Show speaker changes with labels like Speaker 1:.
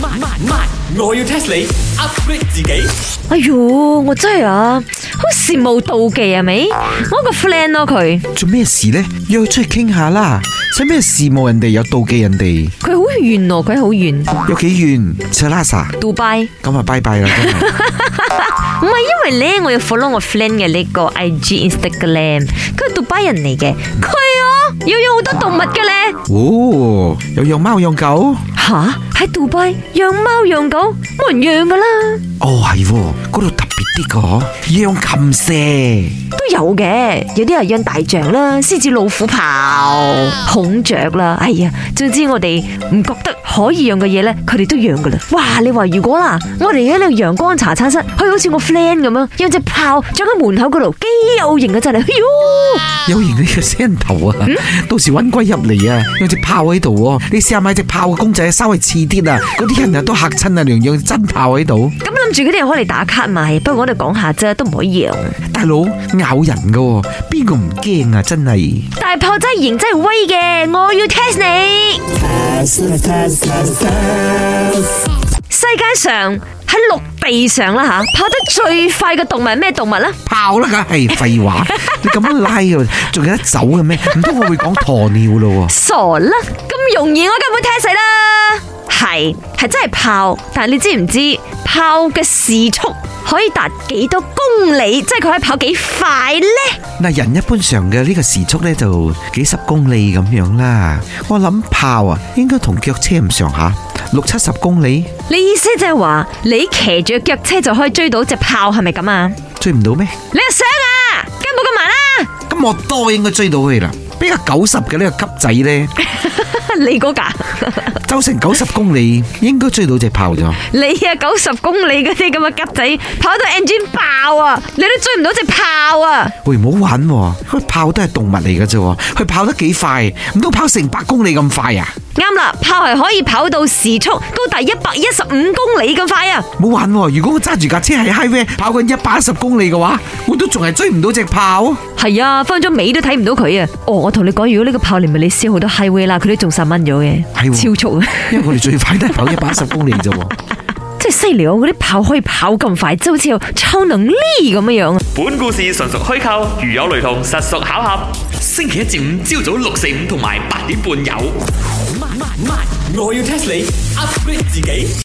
Speaker 1: 慢慢慢，我要 test 你 upgrade 自己。
Speaker 2: 哎喲，我真係啊，好羨慕妒忌啊係咪？我個 friend 咯佢，
Speaker 3: 做咩事呢？約佢出去傾下啦，使咩事務人哋又妒忌人哋？
Speaker 2: 佢好遠喎，佢好遠，
Speaker 3: 有幾遠？切拉薩，
Speaker 2: 杜拜。
Speaker 3: 咁啊拜拜啦，真係。
Speaker 2: 唔係因為咧，我要 follow 我 friend 嘅呢個 IG Instagram，佢係杜拜人嚟嘅，佢啊要養好多動物嘅咧。
Speaker 3: 哦，有養貓養狗？
Speaker 2: 吓喺杜拜養貓養狗冇人養噶啦，
Speaker 3: 哦係喎，嗰度特別啲個嗬，養禽蛇。
Speaker 2: 都有嘅，有啲係養大象啦、獅子、老虎、豹、孔雀啦，哎呀，總之我哋唔覺得可以養嘅嘢咧，佢哋都養噶啦。哇，你話如果啦，我哋喺呢個陽光茶餐室，佢好似我 friend 咁樣養隻豹，長喺門口嗰度，幾有型啊真係，哎喲！
Speaker 3: 有型你嘅死人頭啊！到時揾鬼入嚟啊，有隻豹喺度喎。你試下買隻豹嘅公仔，稍微似啲啊，嗰啲人啊都嚇親啊，仲養真豹喺度。
Speaker 2: 咁諗住嗰啲人可以嚟打卡嘛，不過我哋講下啫，都唔可以養。
Speaker 3: 大佬咬人噶，邊個唔驚啊？真係。
Speaker 2: 大炮真係型真係威嘅，我要 test 你。世界上喺陸地上啦吓，跑得最快嘅動物係咩動物啦？
Speaker 3: 炮啦，梗係廢話。你咁樣拉嘅，仲有得走嘅咩？唔通我會講鴕鳥咯喎？
Speaker 2: 傻啦，咁容易我根本 test 死啦。係係真係炮，但係你知唔知炮嘅時速可以達幾多公里？即係佢可以跑幾快呢？
Speaker 3: 嗱，人一般上嘅呢個時速咧就幾十公里咁樣啦。我諗炮啊，應該同腳車唔上下，六七十公里
Speaker 2: 你意思即係話你騎住腳車就可以追到隻炮，係咪咁啊？
Speaker 3: 追唔到咩？
Speaker 2: 你又想啊？梗係冇咁慢啦、
Speaker 3: 咁我多應該追到佢啦。比較九十嘅呢個急仔咧，
Speaker 2: 你嗰架，
Speaker 3: 周成九十公里應該追到隻炮咗。
Speaker 2: 你啊九十公里嗰啲咁嘅急仔，跑到 engine 爆啊，你都追唔到隻炮啊！
Speaker 3: 喂，唔好玩喎，佢炮都係動物嚟嘅啫喎，佢跑得幾快？唔通跑成百公里咁快啊？
Speaker 2: 啱啦，炮係可以跑到時速高達一百一十五公里咁快啊！
Speaker 3: 冇玩喎！如果我揸住架車喺 highway 跑緊一百一十公里嘅話，我都仲係追唔到隻炮。
Speaker 2: 係啊，分咗尾都睇唔到佢啊！哦，我同你講，如果呢個炮你咪你燒好多 highway 啦，佢都仲十蚊咗嘅，
Speaker 3: 係喎
Speaker 2: 超速啊！
Speaker 3: 因為我哋最快都係跑一百一十公里啫喎。
Speaker 2: 真係犀利啊！我嗰啲炮可以跑咁快，即係好似有超能力咁樣樣啊！
Speaker 1: 本故事純屬虛構，如有雷同，實屬巧合。星期一至五朝早六四五同埋八點半有。我要 test 你 upgrade 自己。